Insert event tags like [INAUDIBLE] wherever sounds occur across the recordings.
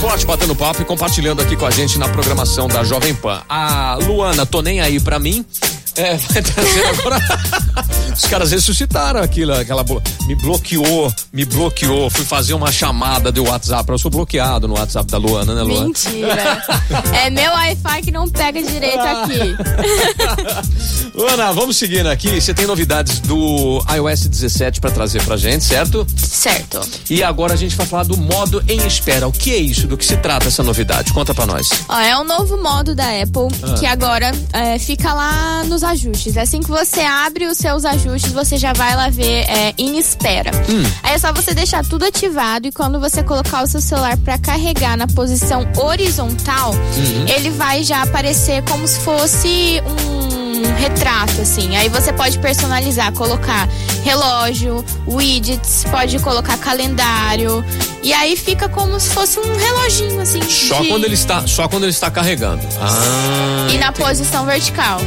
Trote batendo papo e compartilhando aqui com a gente na programação da Jovem Pan. A Luana, tô nem aí pra mim. É, [LAUGHS] vai trazer agora. Os caras ressuscitaram aquilo, aquela. blo- Me bloqueou, me bloqueou. Fui fazer uma chamada do WhatsApp. Eu sou bloqueado no WhatsApp da Luana, né, Luana? Mentira. É meu Wi-Fi que não pega direito aqui. Luana, vamos seguindo aqui. Você tem novidades do iOS 17 pra trazer pra gente, certo? Certo. E agora a gente vai falar do modo em espera. O que é isso? Do que se trata essa novidade? Conta pra nós. Ó, é um novo modo da Apple Ah. que agora é, fica lá nos ajustes. Assim que você abre os seus ajustes, você já vai lá ver é, em espera. Hum. Aí é só você deixar tudo ativado e quando você colocar o seu celular pra carregar na posição horizontal, Uhum. ele vai já aparecer como se fosse um um retrato, assim. Aí você pode personalizar, colocar relógio, widgets, pode colocar calendário. E aí fica como se fosse um reloginho, assim. Só de- quando ele está, só quando ele está carregando. Ah. Hum, uhum. E na posição vertical.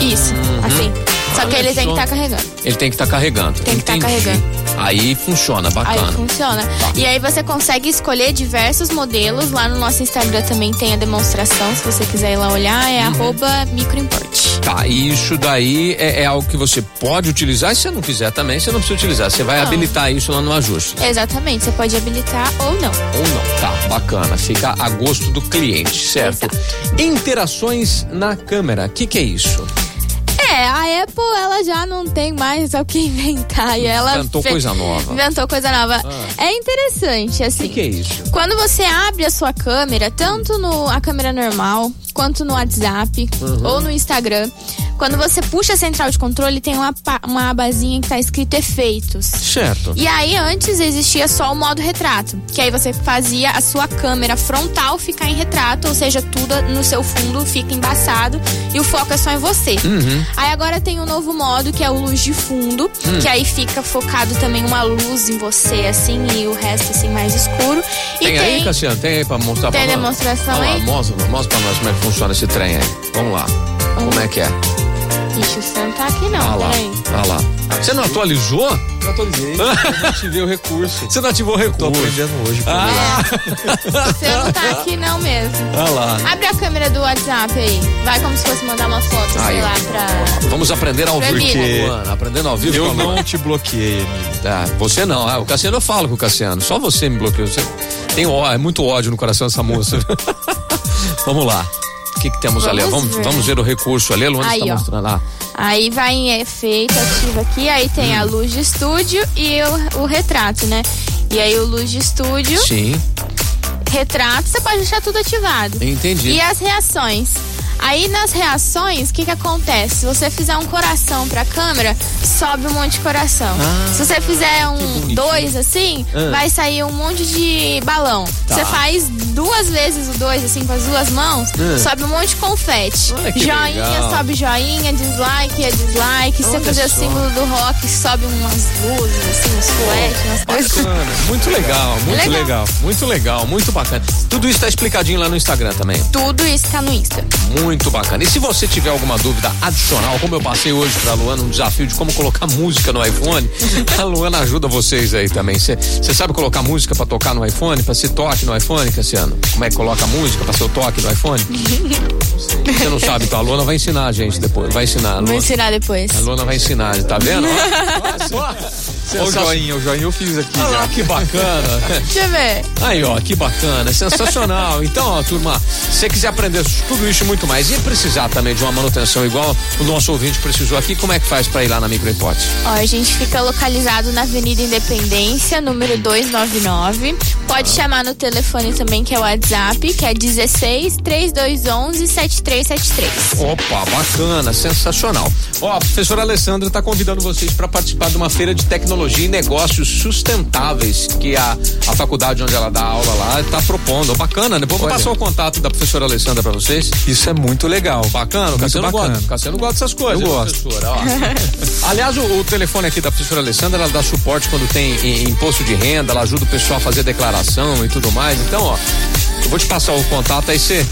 Isso, assim. Só que Olha ele tem só. que estar carregando. Ele tem que estar carregando. Tem que tá Entendi. carregando. Aí funciona, Aí bacana. Tá. funciona. E aí você consegue escolher diversos modelos. Lá no nosso Instagram também tem a demonstração, se você quiser ir lá olhar, Uhum. é arroba microimport. Tá, e isso daí é, é algo que você pode utilizar. E se você não quiser também, você não precisa utilizar. Você vai Não. habilitar isso lá no ajuste. Exatamente, você pode habilitar ou não. Ou não. Tá, bacana. Fica a gosto do cliente, certo? Interações na câmera. O que, que é isso? É, a Apple ela já não tem mais o que [LAUGHS] inventar e ela Inventou fe- coisa nova. Inventou coisa nova. É interessante assim. O que, que é isso? Quando você abre a sua câmera, tanto no a câmera normal, quanto no WhatsApp ou no Instagram, quando você puxa a central de controle, tem uma, pa- uma abazinha que tá escrito efeitos. Certo. E aí, antes existia só o modo retrato, que aí você fazia a sua câmera frontal ficar em retrato, ou seja, tudo no seu fundo fica embaçado e o foco é só em você. Uhum. Aí agora tem um novo modo que é o luz de fundo, Hum. que aí fica focado também uma luz em você, assim, e o resto, assim, mais escuro. E Tem, aí, Cassiano? Tem aí pra mostrar Tem pra nós? demonstração Olha lá, aí? Mostra, mostra pra nós como é que funciona esse trem aí. Vamos lá. Como é que é? Ixi, você não tá aqui Olha não, Ah lá. peraí. Olha lá. Você não atualizou? [LAUGHS] Eu atualizei, eu ativei o recurso. Você não ativou o recurso. Tô aprendendo hoje. Ah. Você não tá aqui não mesmo. Olha lá. Abre a câmera do WhatsApp aí. Vai como se fosse mandar uma foto, Aí. sei lá, pra. Vamos aprender ao vivo com a Proibido. Luana. Aprendendo ao vivo com a Eu Luana. não te bloqueei, amigo. Tá, você não. Ah, o Cassiano eu falo com o Cassiano. Só você me bloqueou. Você tem ó, é muito ódio no coração dessa moça. [LAUGHS] vamos lá. O que, que temos Vamos ali? Vamos, ver. vamos ver o recurso ali. A Luana Aí, está ó. mostrando Ah, lá. Aí vai em efeito, ativa aqui, aí tem a luz de estúdio e o, o retrato, né? E aí o luz de estúdio, Sim, retrato, você pode deixar tudo ativado. entendi. E é as reações? Aí nas reações, o que que acontece? Se você fizer um coração pra câmera, sobe um monte de coração. Ah, Se você fizer um dois assim, vai sair um monte de balão. Tá. Você faz duas vezes o dois assim com as duas mãos, sobe um monte de confete. Olha Ah. que Joinha, legal. sobe joinha, dislike é dislike. Se você Olha fizer o só. símbolo do rock, sobe umas luzes assim, uns flash, umas coisas. Muito legal, muito legal. É Legal. muito legal, muito bacana. Tudo isso está explicadinho lá no Instagram também. Tudo isso tá no Insta. Muito bacana. E se você tiver alguma dúvida adicional, como eu passei hoje pra Luana, um desafio de como colocar música no iPhone, a Luana ajuda vocês aí também. Você sabe colocar música pra tocar no iPhone, pra se toque no iPhone, Cassiano? Como é que coloca música pra seu toque no iPhone? Você não sabe, então a Luana vai ensinar a gente depois. Vai ensinar. A Vou Luana, ensinar depois. a Luana vai ensinar, tá vendo? Ó, ó, ó. O joinha, o joinha eu fiz aqui Olha já. lá, que bacana. Deixa eu ver. Aí, ó, que bacana, [LAUGHS] sensacional. Então, ó, turma, se você quiser aprender tudo isso e muito mais e precisar também de uma manutenção igual o nosso ouvinte precisou aqui, como é que faz pra ir lá na Microimport? Ó, a gente fica localizado na Avenida Independência, número 299. Pode chamar no telefone também, que é o WhatsApp, que é 16 3211 7373. Opa, bacana, sensacional. Ó, a professora Alessandra tá convidando vocês para participar de uma feira de tecnologia e negócios sustentáveis que é a, a faculdade onde ela dá aula lá tá propondo. Bacana, né? Vou passar o contato da professora Alessandra pra vocês. Isso é muito legal. Bacana, o Cassiano bacana. gosta. O Cassiano gosta dessas coisas. Eu né, gosto. professora? Ó. [LAUGHS] Aliás, o, o telefone aqui da professora Alessandra, ela dá suporte quando tem i- imposto de renda, ela ajuda o pessoal a fazer declaração e tudo mais. Então, ó, eu vou te passar o contato, aí você.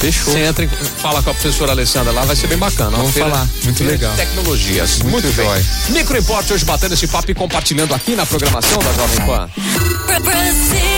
Fechou. Você entra e fala com a professora Alessandra lá, vai ser bem bacana. Uma Vamos feira- falar. Muito feira de legal. Tecnologias. Muito Muito, bem. jóia. Microimporte hoje batendo esse papo e compartilhando aqui na programação da Jovem Pan. Brazil.